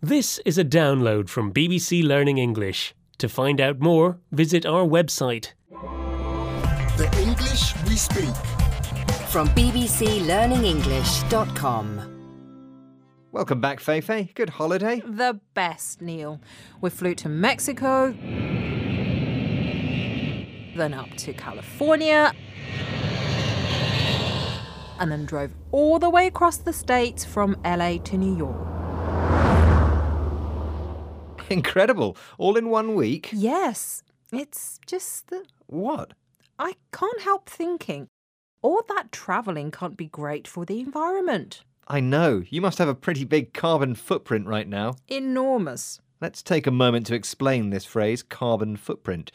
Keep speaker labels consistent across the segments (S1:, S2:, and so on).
S1: This is a download from BBC Learning English. To find out more, visit our website.
S2: The English we speak.
S3: from bbclearningenglish.com.
S4: Welcome back, Feifei. Good holiday.
S5: The best, Neil. We flew to Mexico, then up to California, and then drove all the way across the states from LA to New York.
S4: Incredible. All in one week.
S5: Yes, it's just that
S4: What?
S5: I can't help thinking all that travelling can't be great for the environment.
S4: I know. You must have a pretty big carbon footprint right now.
S5: Enormous.
S4: Let's take a moment to explain this phrase, carbon footprint,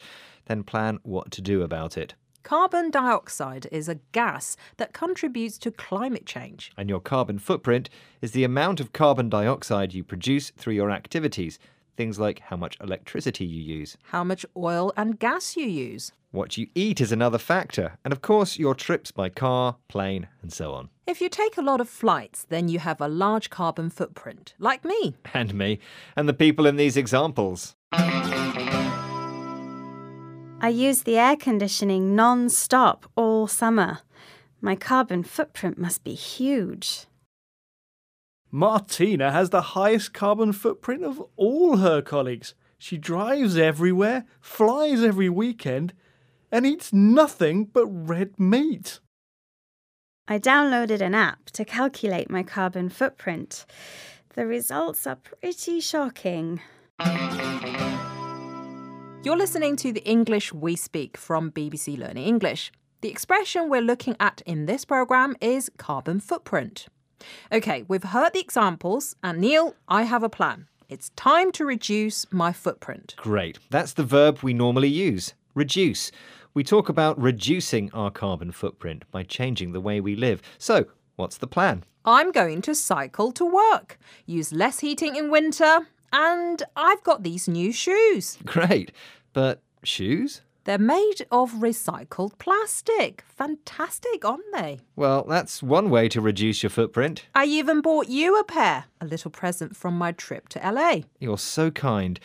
S4: then plan what to do about it.
S5: Carbon dioxide is a gas that contributes to climate change.
S4: And your carbon footprint is the amount of carbon dioxide you produce through your activities, things like how much electricity you use.
S5: how much oil and gas you use.
S4: What you eat is another factor, and of course, your trips by car, plane, and so on.
S5: If you take a lot of flights, then you have a large carbon footprint, like me.
S4: And me, and the people in these examples.
S6: I use the air conditioning non stop all summer. My carbon footprint must be huge.
S7: Martina has the highest carbon footprint of all her colleagues. She drives everywhere, flies every weekend, and eats nothing but red meat.
S6: I downloaded an app to calculate my carbon footprint. The results are pretty shocking.
S5: You're listening to the English we speak from BBC Learning English. The expression we're looking at in this program is carbon footprint. Okay, we've heard the examples, and Neil, I have a plan. It's time to reduce my footprint.
S4: Great. That's the verb we normally use reduce. We talk about reducing our carbon footprint by changing the way we live. So, what's the plan?
S5: I'm going to cycle to work, use less heating in winter, and I've got these new shoes.
S4: Great. But shoes?
S5: They're made of recycled plastic. Fantastic, aren't they?
S4: Well, that's one way to reduce your footprint.
S5: I even bought you a pair, a little present from my trip to LA.
S4: You're so kind.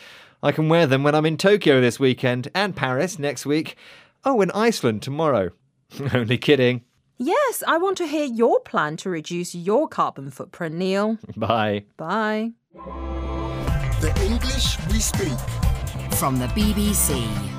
S4: I can wear them when I'm in Tokyo this weekend and Paris next week. Oh, and Iceland tomorrow. Only kidding.
S5: Yes, I want to hear your plan to reduce your carbon footprint, Neil.
S4: Bye.
S5: Bye.
S2: The English we speak.
S3: From the BBC.